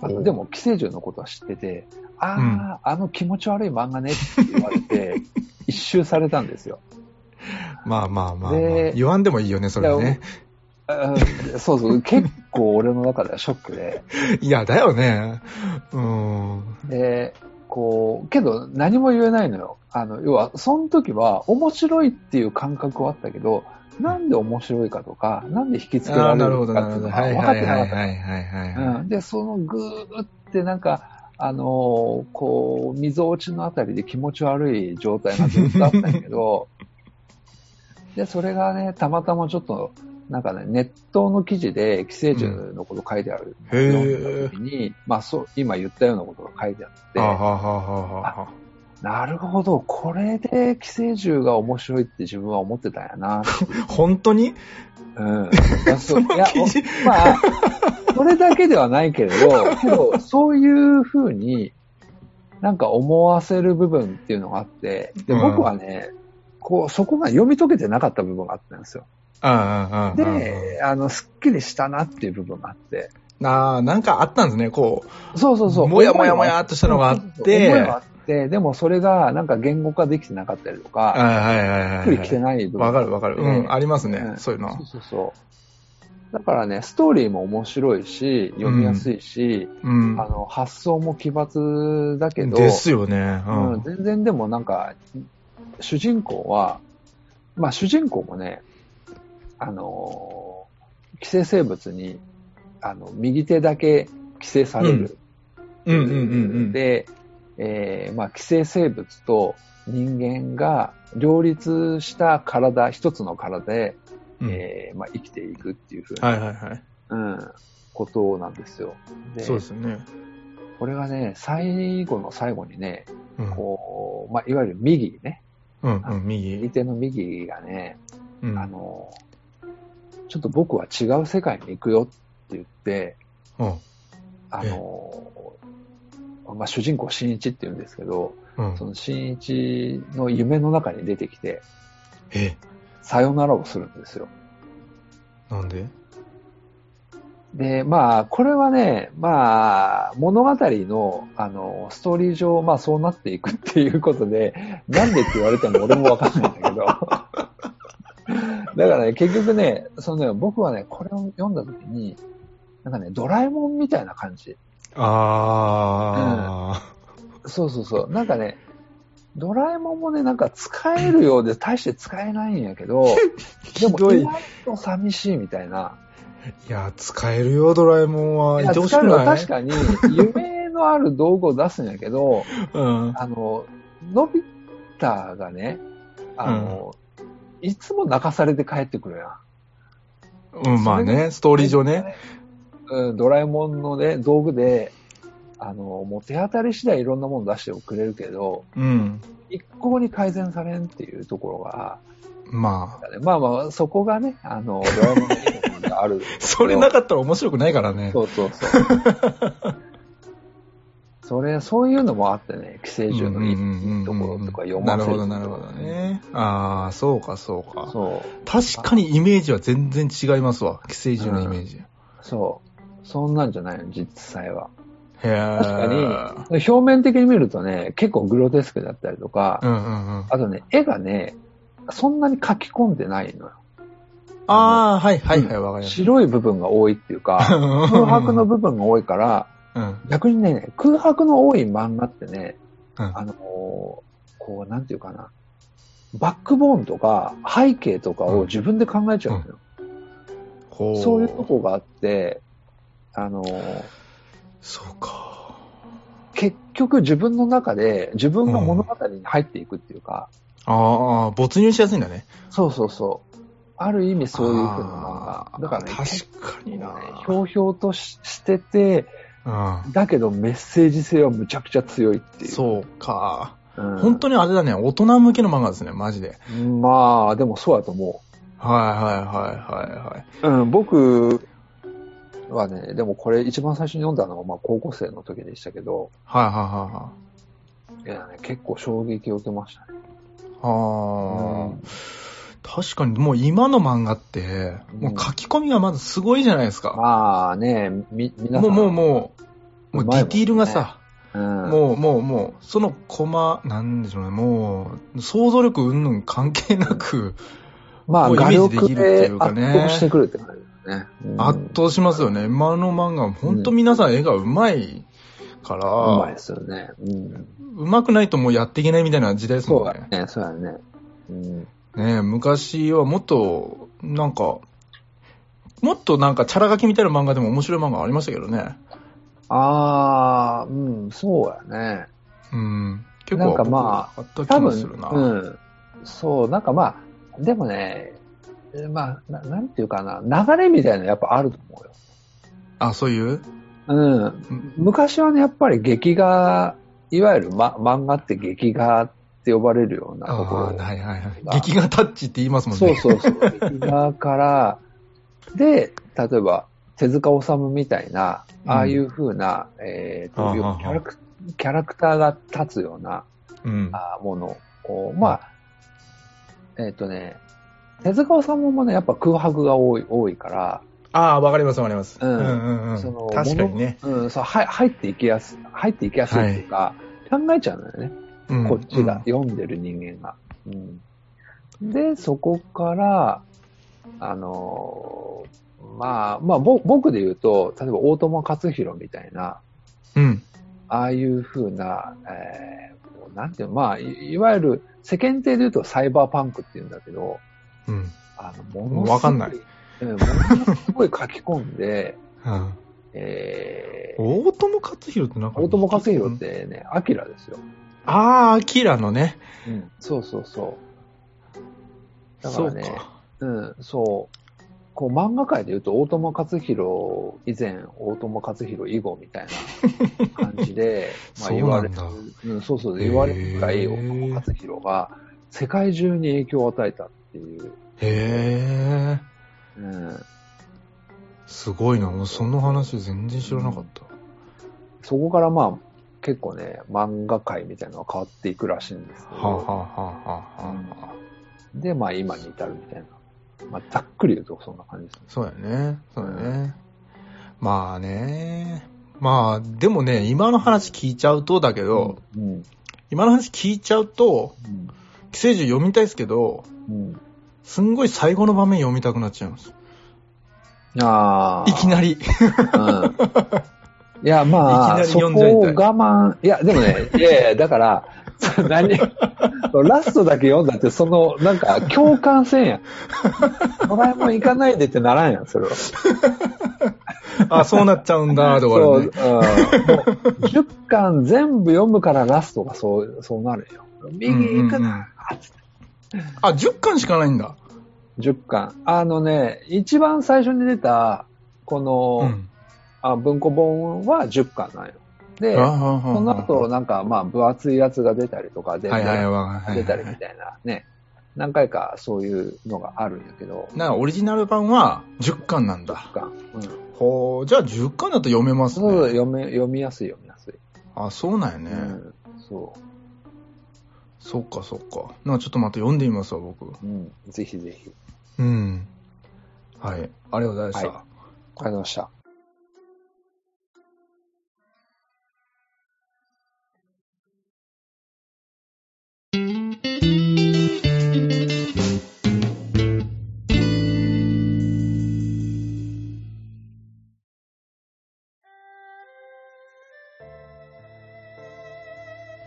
B: あ
C: お
B: の
C: う
B: でも寄生獣のことは知ってて、ああ、あの気持ち悪い漫画ねって言われ
C: [LAUGHS]
B: て、一周されたんですよ。
C: まあまあまあ、まあ
B: で、
C: 言わんでもいいよねそれはね
B: あーそうそう、結構俺の中ではショックで、
C: いやだよねうん
B: で、こう、けど何も言えないのよ。あの、要は、その時は面白いっていう感覚はあったけど、なんで面白いかとか、なんで引きつけ
C: あ
B: ら
C: あ
B: れ
C: な
B: る
C: るほ
B: の
C: どな
B: かっ
C: る
B: ていう
C: ほど
B: のが
C: はい
B: 分か
C: は
B: っ
C: い
B: て
C: は
B: ないかっ
C: はいはいはい
B: た。うんで、そのぐーってなんか、あのーこう、溝落ちのあたりで気持ち悪い状態がずっとあったんやけど、で、それがね、たまたまちょっと、なんかね、ネットの記事で寄生獣のこと書いてある、読ん
C: へ
B: だ
C: え
B: 時に、まあそう、今言ったようなことが書いてあって、
C: ははははは
B: なるほど、これで寄生獣が面白いって自分は思ってたんやな。
C: 本当に
B: うん。いや
C: [LAUGHS]
B: そ
C: そうの
B: いや
C: 記事
B: おまあ、それだけではないけれど、けどそういうふうになんか思わせる部分っていうのがあって、で
C: うん
B: 僕はね、こう、そこが読み解けてなかった部分があったんですよ。
C: ああああ
B: で、あの、すっきりしたなっていう部分があって。
C: ああなんかあったんですねこう
B: そうそうそう。
C: もやもやもやっとしたのがあって
B: 思いはあって、でもそれがなんか言語化できてなかったりと
C: はい
B: か、
C: はいはい
B: しっ
C: は
B: く
C: い
B: り
C: は
B: きて
C: い
B: ない部分。
C: わかるわかる
B: え
C: うん
B: え
C: あります
B: う
C: ね
B: ん
C: そういうの
B: そうそうそう。だからね、ストーリーも面白いし、読みやすいし、
C: うん
B: あの、発想も奇抜だけど、
C: ですよねう
B: うん
C: ん
B: 全然でもなんか、主人公は、まあ主人公もね、あのー寄生生物に、あの、右手だけ寄生される。
C: うんうんうんうん
B: で、えーまあ、寄生生物と人間が両立した体、一つの体で、
C: うん
B: えーまあ、生きていくっていうふうな、
C: はいはいはい
B: うん、ことなんですよ。で
C: そうですよね
B: これがね、最後の最後にね、
C: うん
B: こう、まあ、いわゆる右ね、
C: うんうん
B: 右
C: 右
B: 手の右がね、
C: うん
B: あの、ちょっと僕は違う世界に行くよって言って、
C: うん
B: あの、まあ、主人公新一って言うんですけど、
C: うん
B: その新一の夢の中に出てきて、
C: え
B: さよならをするんですよ。
C: なんで
B: で、まあ、これはね、まあ、物語の、あの、ストーリー上、まあ、そうなっていくっていうことで、なんでって言われても俺もわかんないんだけど。 [LAUGHS] だからね、結局ね、そのね、僕はね、これを読んだ時に、なんかね、ドラえもんみたいな感じ。
C: あ
B: そうそうそう。なんかね、ドラえもんもね、なんか使えるようで、大して使えないんやけど、
C: ー、
B: で
C: [LAUGHS] ひ
B: も
C: どい。
B: 意
C: い
B: 外と寂しいみたいな。
C: や、使えるよ、ドラえもんは。
B: い
C: い
B: や
C: てほし
B: 使
C: く
B: うの
C: ない
B: は確か
C: [LAUGHS]
B: に、夢のある道具を出すんやけど、
C: うん。
B: あの、のび太がね、あの、いつも泣かされて帰ってくるやん。
C: うん、まあね、ストーリー上ね。
B: うん、ドラえもんのね、道具で、あの、もう手当たり次第いろんなもの出してくれるけど、
C: うん。
B: 一向に改善されんっていうところが、
C: まあ。
B: まあまあ、そこがね、あの、ドラえもんのいいところがある。
C: [LAUGHS] それなかったら面白くないからね。
B: そうそうそう。
C: [LAUGHS]
B: それ、そういうのもあってね、寄生獣のいいいいところとか読ませ
C: なるほど、なるほどね。ああ、そうか、そうか。
B: そう、
C: 確かにイメージは全然違いますわ。寄生獣のイメージ。
B: そう。そんなんじゃないの、実際は。
C: へえ。
B: 確かに表面的に見るとね、結構グロテスクだったりとか、
C: うんうんうん。あ
B: あとね、絵がね、そんなに書き込んでないのよ。
C: あー、はいはいはい、わかりました。
B: 白い部分が多いっていう
C: [LAUGHS]
B: か、空
C: 空
B: 白の、部分が多いから、
C: うん、
B: 逆にね、空白の多い漫画ってね、
C: うん
B: あのーこう、なんていうかな、バックボーンとか背景とかを自分で考えちゃうのよ。
C: ほ
B: そういうとこがあって、あのー
C: そうか。
B: 結局自分の中で自分が物語に入っていくっていうか、
C: ああ、没入しやすいんだね。
B: そうそうそう。ある意味そういうふうな
C: あ
B: 漫画。
C: ー
B: だからね、
C: 確かにな。
B: ひょうひょうとししてて、
C: う
B: だけどメッセージ性はむちゃくちゃ強いって
C: ん、
B: いう。
C: そうか。
B: うん
C: 本当にあれだね、大人向けの漫画ですね、マジで。
B: まあ、でもそうやと思
C: はいはいはいはいはい。
B: う。うん、僕はね、でもこれ一番最初に読んだのは、まあ高校生の時でしたけど、
C: はいはいはいはい。
B: いやね、結構衝撃を受けましたね。
C: はあ、
B: うん
C: 確かにもう今の漫画って、もう書き込みがまずすごいじゃないですか。
B: まあね、み、皆さ。
C: もうんもうもう、もう
B: うまいもんね
C: ディティールがさ、
B: う、ん、
C: もうもうもう、そのコマ、なんでしょうね、もう、想像力うんぬん関係なく、
B: まあ、
C: もうイ
B: 画
C: メー
B: 力
C: ジできるって
B: で
C: い
B: 圧
C: うかね
B: 倒してくるって感じですね。うん
C: 圧倒しますよね。今の漫画、ほんと皆さん絵がうまいか
B: うまい
C: ら
B: で、すよね。うん。
C: うまくないともうやっていけないみたいな時代です
B: そう
C: もん
B: だ
C: ね。
B: ね、そうだね。うん。
C: ねえ昔はもっと、なんか、もっとなんかチャラ書きみたいな漫画でも面白い漫画ありましたけどね。
B: ああ、うん、そうやね。
C: うん。結
B: なん
C: 構
B: かま
C: あった
B: 多
C: 気
B: 分
C: もするな。
B: うん。そう、なんかまあ、でもね、えーまあ、ななんていうかな、流れみたいなのやっぱあると思うよ。
C: あ、そういう
B: うん。
C: うん
B: 昔はね、やっぱり劇画、いわゆる、ま、漫画って劇画って呼ばれるような
C: あ
B: ところ。
C: あー、はいはいはい。劇画タッチって言いますもん
B: そう
C: ね。
B: そうそう。劇画から、で、例えば、手塚治虫みたいな、ああいう風な、えー
C: あ
B: と、
C: ー
B: 要
C: はーは
B: はキャ
C: ー
B: ラクキャラクターが立つような、
C: うん。
B: あものを、まあ、えっ、とね、手塚治虫もね、やっぱ空白が多い多いから、
C: ああ、わかりますわかります。
B: うん
C: うんうん
B: その
C: 確かにね。
B: うん、そうは入っていきやすい、入っていきやすいっていうか、考えちゃうんだよね、
C: うん
B: こっちが、
C: うん
B: 読んでる人間が。うん、で、そこから、あのーまあ、まあ、ぼ僕で言うと、例えば大友克弘みたいな、
C: うん。
B: ああいう風な、えーなんていうのまあ、いいわゆる世間体で言うとサイバーパンクって言うんだけど、
C: うん。
B: あの、ものすごい。
C: わかんない
B: うん。ものすごい書き込んで、 [LAUGHS]
C: うん
B: えー、
C: 大友克洋ってなんか。
B: 大友克洋っ。てね、アキラですよ。
C: ああ、アキラのね。
B: うん。そうそうそう。だか
C: そ
B: ら
C: う
B: ね、
C: か。
B: うん、そう。こう漫画界で言うと、大友克洋以前、大友克洋以後みたいな感じ
C: [LAUGHS]
B: で、
C: そう
B: 言わ
C: な
B: れ
C: んだ
B: る、うん、そうそう、言われるくら
C: へ
B: い、大
C: ー
B: 友克洋が世界中に影響を与えたっていう。
C: へえ。
B: うん
C: すごいな。俺その話全然知らなかった。
B: そこからまあ、結構ね、漫画界みたいなのが変わっていくらしいんですけど、
C: はあ、はあはあはあはあ。
B: で、まあ今に至るみたいな。まあ、ざっくり言うとそんな感じですね。
C: そうやね。そうやね。まあね。まあ、でもね、今の話聞いちゃうとだけど、
B: うん。
C: 今の話聞いちゃうと、
B: うん。
C: 寄生獣読みたいですけど、
B: うん。
C: すんごい最後の場面読みたくなっちゃいます。
B: ああ。
C: いきなり。
B: うんいや、まあ、
C: いき
B: そこ
C: なり読んじゃい
B: を
C: たい
B: 我慢、いや、でもね、いやいや、だから、そ何、ラストだけ読んだって、その、なんか、共感せんやん。ドラえもん行かないでってならんやん、それは。
C: あ、そうなっちゃうんだ、
B: [LAUGHS]
C: と
B: そう、
C: か
B: うん。もう
C: ね。
B: 10巻全部読むからラストがそう、そうなるよ。右行く
C: うんうんう
B: な、
C: んあ、10巻しかないんだ。
B: 10巻。あのね、一番最初に出た、こ
C: う
B: の、
C: ん。
B: あ文庫本は10巻なんよ。で、そ
C: そ
B: の後、なんか、まあ、分厚いやつが出たりとかで、
C: はいはいはいはい。
B: 出たりみたいなね、何回かそういうのがあるんやけど、
C: なんかオリジナル版は10巻なんだ。
B: かうん、
C: ほう、じゃあ10巻だと読めます
B: すごい
C: ね。
B: 読み読みやすい読みやすい。
C: あ、そうなんや
B: う
C: ね。
B: ん、そ
C: そっかそっか。なんかちょっとまた読んでみますわ、僕。
B: う、うん。ぜひぜひ。
C: うん。はい。ありがとうございました。
B: はいありがとうございました。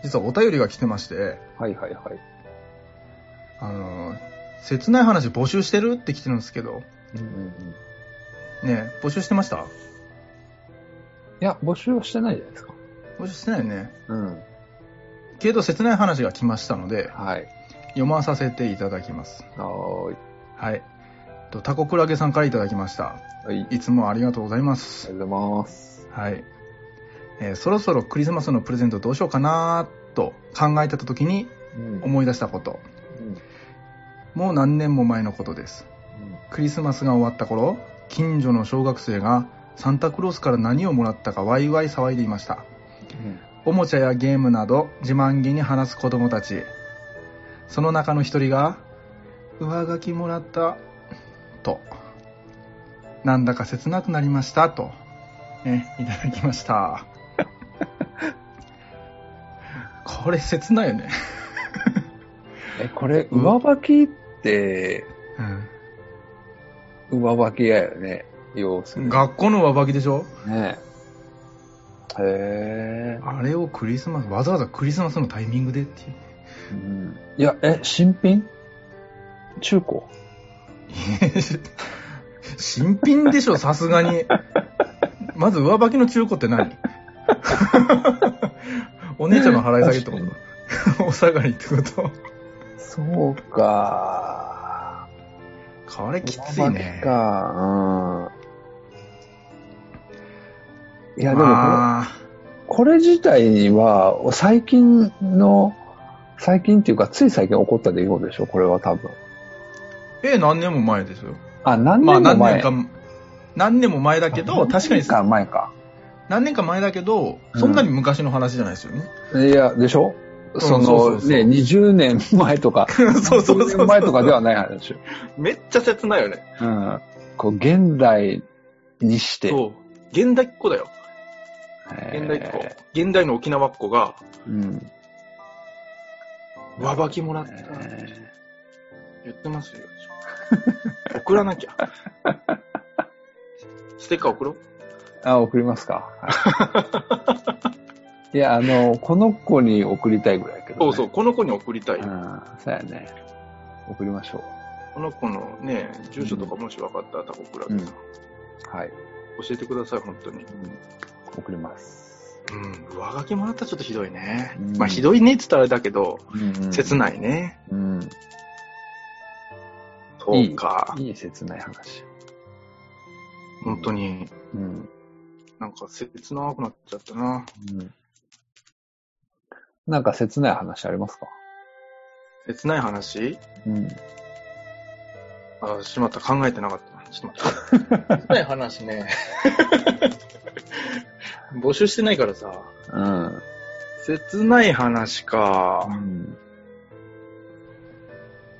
C: 実はお便りが来てまして、
B: はいはいはい。
C: あのー、切ない話募集してるって来てるんですけど、
B: うんうんうん、い
C: ねえ募集してました
B: や、募集はしてないじゃないですか。
C: 募集してないよね。
B: うん。
C: けど切ない話が来ましたので、
B: はい。
C: 読まさせていただきます。
B: は
C: はい。とタコクラゲさんからいただきました。
B: ーい。はい。あり
C: いつもありがとうございま
B: がと
C: す。
B: うございます。
C: はい。えーそろそろクリスマスのプレゼントどうしようかなーと考えてた時に
B: うん。
C: 思い出したこと。
B: うん
C: もう何年も前のことです。クリスマスが終わった頃、近所の小学生がサンタクロースから何をもらったかワイワイ騒いでいました。おもちゃやゲームなど自慢げに話す子供たち。その中の一人が、上書きもらった、と。なんだか切なくなりました、と。ね、いただきま [LAUGHS] した。これ切ないよね。
B: え、これ、上履きって、上履きやよね。要する
C: うん。
B: に。
C: 学校の上履きでしょ
B: ねえ。へえ。
C: あれをクリスマス、わざわざクリスマスのタイミングでっていう。
B: うんいや、え、新品中古
C: [LAUGHS] 新品でしょ、さすがに。まず上履きの中古って [LAUGHS] 何お姉ちゃんの払い下げってことお下がりってこと
B: そうか。
C: これきついね。
B: か。うん。いや、でもこれ、
C: まあ
B: これ自体は、最近の、最近っていうか、つい最近起こった出来事でしょこれは多分。
C: え、何年も前ですよ。
B: あ、何
C: まあ
B: 年も
C: 何
B: 前
C: 年か、何年も前だけど、確か
B: 何
C: に
B: 年か前か。
C: 何年か前だけど、
B: うん
C: そんなに昔の話じゃないですよね。
B: いや、でしょ
C: ん
B: そ
C: そうそ
B: の、
C: うそう
B: ね、20年前とか、
C: [LAUGHS] そうそうそう
B: 20
C: そう。
B: 年前とかではない話。
C: めっちゃ切ないよね。
B: うん。こう、現代にして。
C: そう。現代っ子だよ。
B: えー
C: 現代っ子。現代の沖縄っ子が、
B: うん。
C: 上履きもらった。言ってますよ。送らなきゃ。 [LAUGHS] ステッカー送ろう。
B: あ、送りますか。
C: [LAUGHS]
B: はい、いや、あの、この子に送りたいぐらいやけど、ね。
C: そうそう、この子に送りたい。
B: うん、そうやね。送りましょ
C: この子のね、住所とかもし分かったら、タコクラゲさん、教
B: う。はい。
C: えてください、本当に。
B: うん、送ります。
C: うん、上書きもらったらちょっとひどいね。
B: うん
C: まあ、ひどいねって言ったらあれだけど、
B: うん
C: 切
B: い。
C: ないね。
B: うん。
C: そうか。
B: いい切ない話。
C: 本当に、
B: うん。
C: なんか切なくなっちゃったな。
B: うん。なんか切ない話ありますか
C: 切ない話
B: うん。
C: あ、しまった、考えてなかった。ちょっと [LAUGHS] 待って。切ない話ね。募集してないからさ。
B: うん。
C: 切ない話か。
B: うん。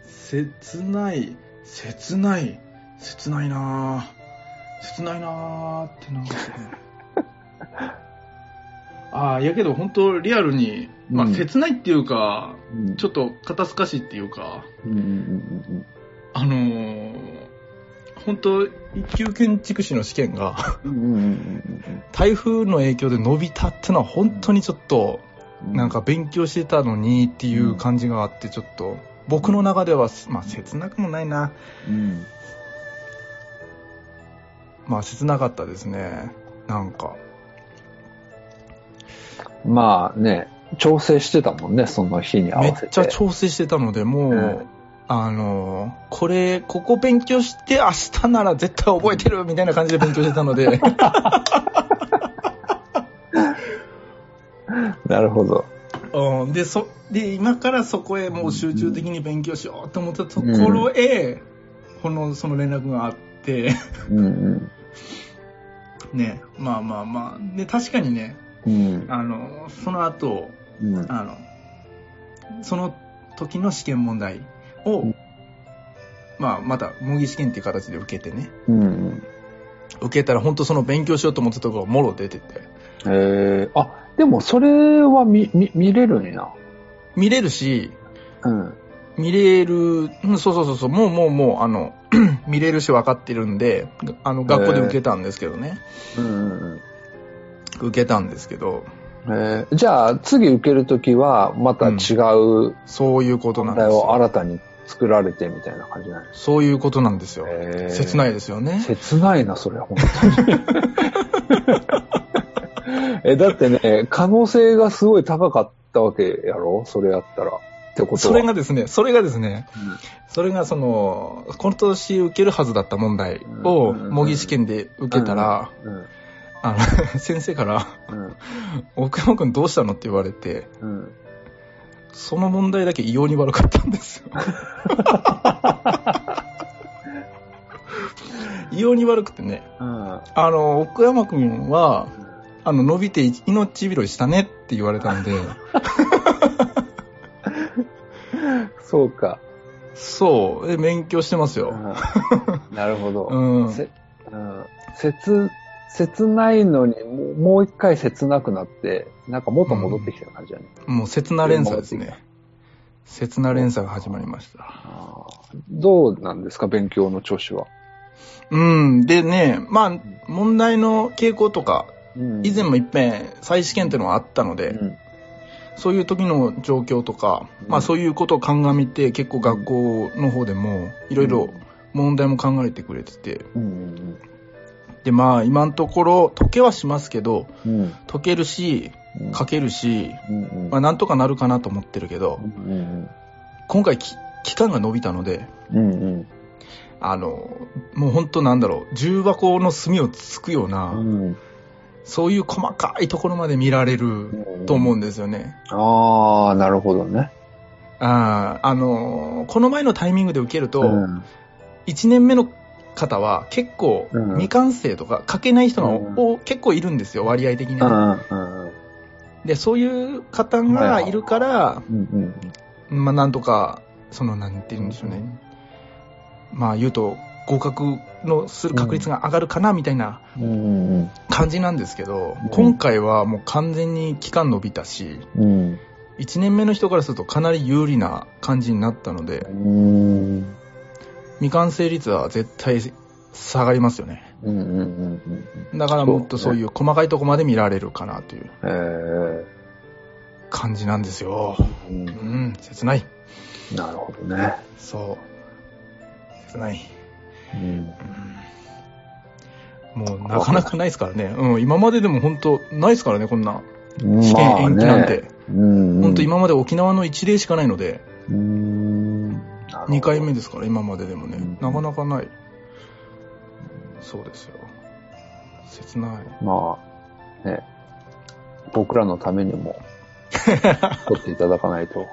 C: 切ない、切ない、切ないなぁ。切ないなーってなんかね [LAUGHS] ああやけど本当リアルに、まあ、
B: うん
C: 切ないっていうか、
B: うん
C: ちょっと肩透かしっていうか
B: うんうんうん
C: あのー、本当一級建築士の試験が [LAUGHS]
B: うんうんうんうん
C: 台風の影響で伸びたってのは本当にちょっと
B: うん
C: なんか勉強してたのにっていう感じがあってちょっと僕の中では、まあ、切なくもないな
B: うん
C: まあ切なかったですねなんか
B: まあね、調整してたもんね、その日に合
C: め
B: わせて。
C: っちゃ調整してたので、もう、
B: うん
C: あの、これ、ここ勉強して、明日なら絶対覚えてるみたいな感じで勉強してた
B: [LAUGHS]
C: ので、
B: なるほど。
C: うん、で、そ、で、今からそこへもう集中的に勉強しようと思ったところへ、この、その連絡があって、 [LAUGHS]
B: うん
C: ね、まあまあまあ、で、確かにね、
B: うん。うん。
C: あの、その後、
B: うん。
C: あの、その時の試験問題を、
B: うん
C: まあ、また模擬試験っていう形で受けてね、
B: うん。
C: 受けたら本当その勉強しようと思ってたところがもろ出てて
B: えー、あ、でもそれは見、見、見れるんや。
C: 見れるし
B: うん。
C: 見れるうんそうそうそうそうもうもうもうあの [CLEARS THROAT] 見れるし分かってるんであの学校で受けたんですけどね、
B: うんうん
C: 受けたんですけど
B: うん。えー、じゃあ、次受けるときは、また違う
C: そういうことな
B: 問
C: ん
B: 題
C: です
B: を
C: よ
B: 新たに作られてみたいな感じなんです
C: そういうことなんですよ、
B: ね。。
C: 切ないいですよね
B: 切ないな、それ、本当に。 [LAUGHS] え、だってね、可能性がすごい高かったわけやろそれやったら。ってことは。
C: それがですねそれがですね
B: うん、
C: それがその今年受けるはずだった問題を
B: うん
C: 模擬試験で受けたら、
B: うん。
C: あの [LAUGHS] 先生から
B: うん。
C: 「奥山君どうしたの?」って言われて
B: うん。
C: その問題だけ異様に悪かったんで
B: [LAUGHS]
C: すよ。異様に悪くてね、
B: うん
C: あの、奥山くんは、あの、伸びて命拾いしたねって言われたんで、
B: そうか。
C: そう、で勉強してますよ。
B: うんなるほ
C: [LAUGHS] う
B: ど。
C: ん。
B: せうん切、切ないのに、もうもう一回切なくなって、なんか元戻ってきた感じだね。
C: もう切な連鎖ですね。切な連鎖が始まりました。
B: あーどうなんですか、勉強の調子は。
C: うん。でね、まあ、問題の傾向とか、以前も
B: っ
C: いっぺん再試験っていうのはあったので、そういう時の状況とか、
B: うん
C: まあそういうことを鑑みて、結構学校の方でも、いろいろ問題も考えてくれてて、
B: うん。
C: でまあ今のところ解けはしますけど、
B: うん。うん。
C: 解けるし、
B: うん
C: 書けるし、
B: うんうん
C: まあなんとかなるかなと思ってるけど
B: う、ん
C: 今回き期間が伸びたので、
B: うん。うん
C: あの、もう本当なんだろう、重箱の隅をつつくよう
B: う
C: な、
B: ん。
C: そういう細かいところまで見られる
B: うん
C: と思うんですよね。
B: ああ、なるほどね。
C: あーあの、この前のタイミングで受けると、
B: うん
C: 1年目の方は結構
B: うん
C: 未完成とか書けない人がお結構いるんですよ、割合的に
B: う
C: は。
B: んうん
C: で、そういう方がいるから、
B: うんうん
C: まあなんとか、そのなんて言うんでしょうね。まあ言うと、合格のする確率が上がるかなみたいな
B: うんうん
C: 感じなんですけど
B: うん、
C: 今回はもう完全に期間伸びたし、
B: うん
C: 1年目の人からするとかなり有利な感じになったので
B: う、ん
C: 未完成率は絶対下がりますよね。
B: うんうんうんうん
C: だからもっとそういう細かいとこまで見られるかなという
B: えー
C: 感じなんですよ。
B: うん
C: うん、切ない。
B: なるほどね。
C: そう。切ない。
B: うん
C: もうなかなかないですからね。うん、今まででも本当ないですからね、こんな試験
B: まあ
C: 延期なんて。
B: うん
C: 本当今まで沖縄の一例しかないので、
B: うん。
C: 2回目
B: で。
C: ですから、今まででもね
B: うん。
C: なかなかない。そうですよ。切ない。
B: まあ、ね、僕らのためにも、取っていただかないと。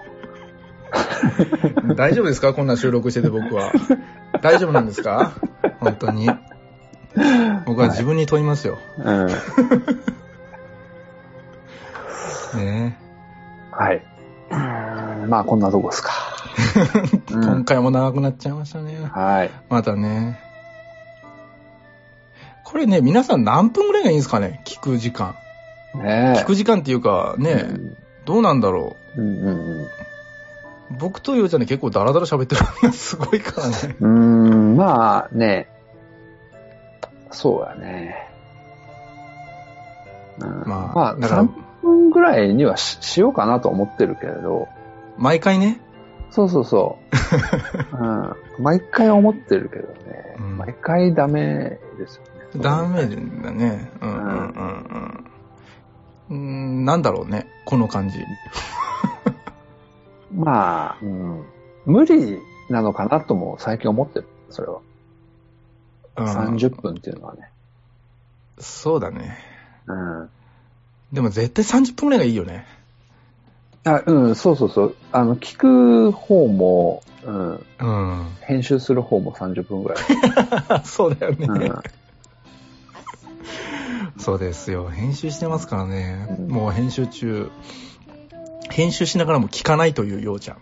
C: 大丈夫ですかこんな収録してて僕は。大丈夫なんですか本当に。僕は自分に問いますよ。
B: うん。
C: ね
B: はい。まあ、こんなとこです
C: [LAUGHS]
B: か。
C: え、
B: うん
C: 今回も長くなっちゃいましたね。
B: はい。
C: またね。これね、皆さん何分ぐらいがいいんですかね聞く時間。
B: ねえ。
C: 聞く時間っていうか、ね、どうなんだろ
B: うんうん
C: う。僕とようちゃんね、結構ダラダラ喋ってるのがすごいからね。
B: うん。うーん、まあね、そうだね。うん、
C: ま
B: [LAUGHS]
C: あ
B: まあ、
C: だから
B: 3分ぐらいにはししようかなと思ってるけれど、
C: 毎回ね。
B: そうそう
C: [LAUGHS]
B: そう。うん、毎回思ってるけどね、
C: うん
B: 毎回ダメですよね。
C: ダメだね。うんうんうんうん。うーん、なんだろうね。この感じ。
B: まあ、うん、無理なのかなとも最近思ってる、それは。
C: うん、
B: 30分っていうのはね。
C: そうだね。
B: うん。
C: でも絶対30分ぐらいがいいよね。
B: あ、うん、そうそうそう。あの、聞く方も、うん、
C: [LAUGHS] うん。
B: 編集する方も30分ぐらい。
C: そうだよね。
B: う
C: そうですよ。編集してますからね。
B: うん
C: もう編集中、編集しながらも聞かないというようちゃん。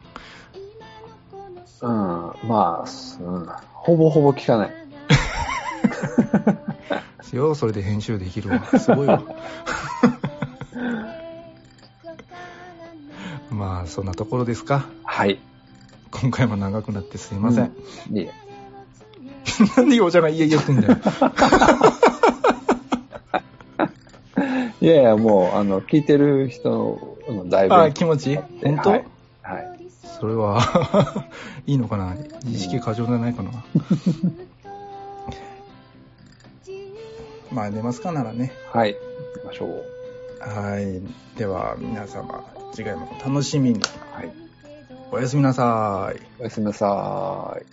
B: ん、うん、まあ、すうん、ほぼほぼ聞かない。
C: ようそれで編集できるわ。すごいわ。 [LAUGHS] まあ、そんなところですか。
B: はい。
C: 今回も長くなってすいません。
B: いえ。
C: [LAUGHS] なんでようちゃんがいえいえってんだよ。
B: いやいや、もう、あの、聞いてる人のだいぶ。
C: ああ、気持ちいい本当、
B: はい。はい。
C: それは、 [LAUGHS] いいのかな意識過剰じゃないかなまあ、寝ますかならね。
B: はい。行きましょう。
C: はい。では、皆様、次回もお楽しみに。
B: はい。
C: おやすみなさい。
B: おやすみなさーい。